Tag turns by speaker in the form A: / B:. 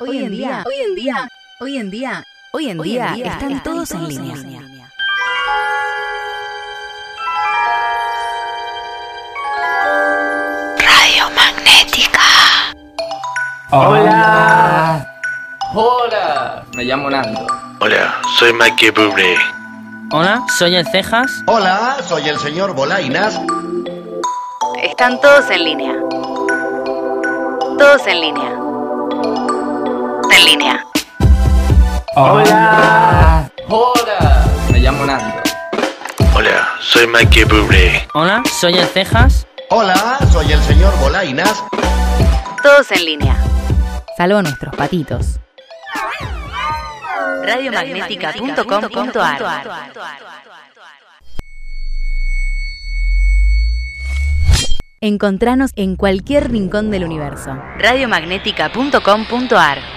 A: Hoy en día,
B: hoy en día,
A: hoy en día,
B: hoy en
A: hoy
B: día están todos en línea.
C: Radio Magnética.
D: Hola. Hola. Me llamo Nando.
E: Hola, soy Mikey Bublé.
F: Hola, soy el Cejas.
G: Hola, soy el señor Bolainas.
A: están todos en línea. Todos en línea. En línea.
D: Hola. Hola. Me llamo Nando.
E: Hola, soy Mikey Bublé.
F: Hola, soy el Cejas.
G: Hola, soy el señor Bolainas.
A: Todos en línea.
B: Salvo nuestros patitos.
A: Radiomagnética.com.ar
B: Encontranos en cualquier rincón del universo.
A: Radiomagnética.com.ar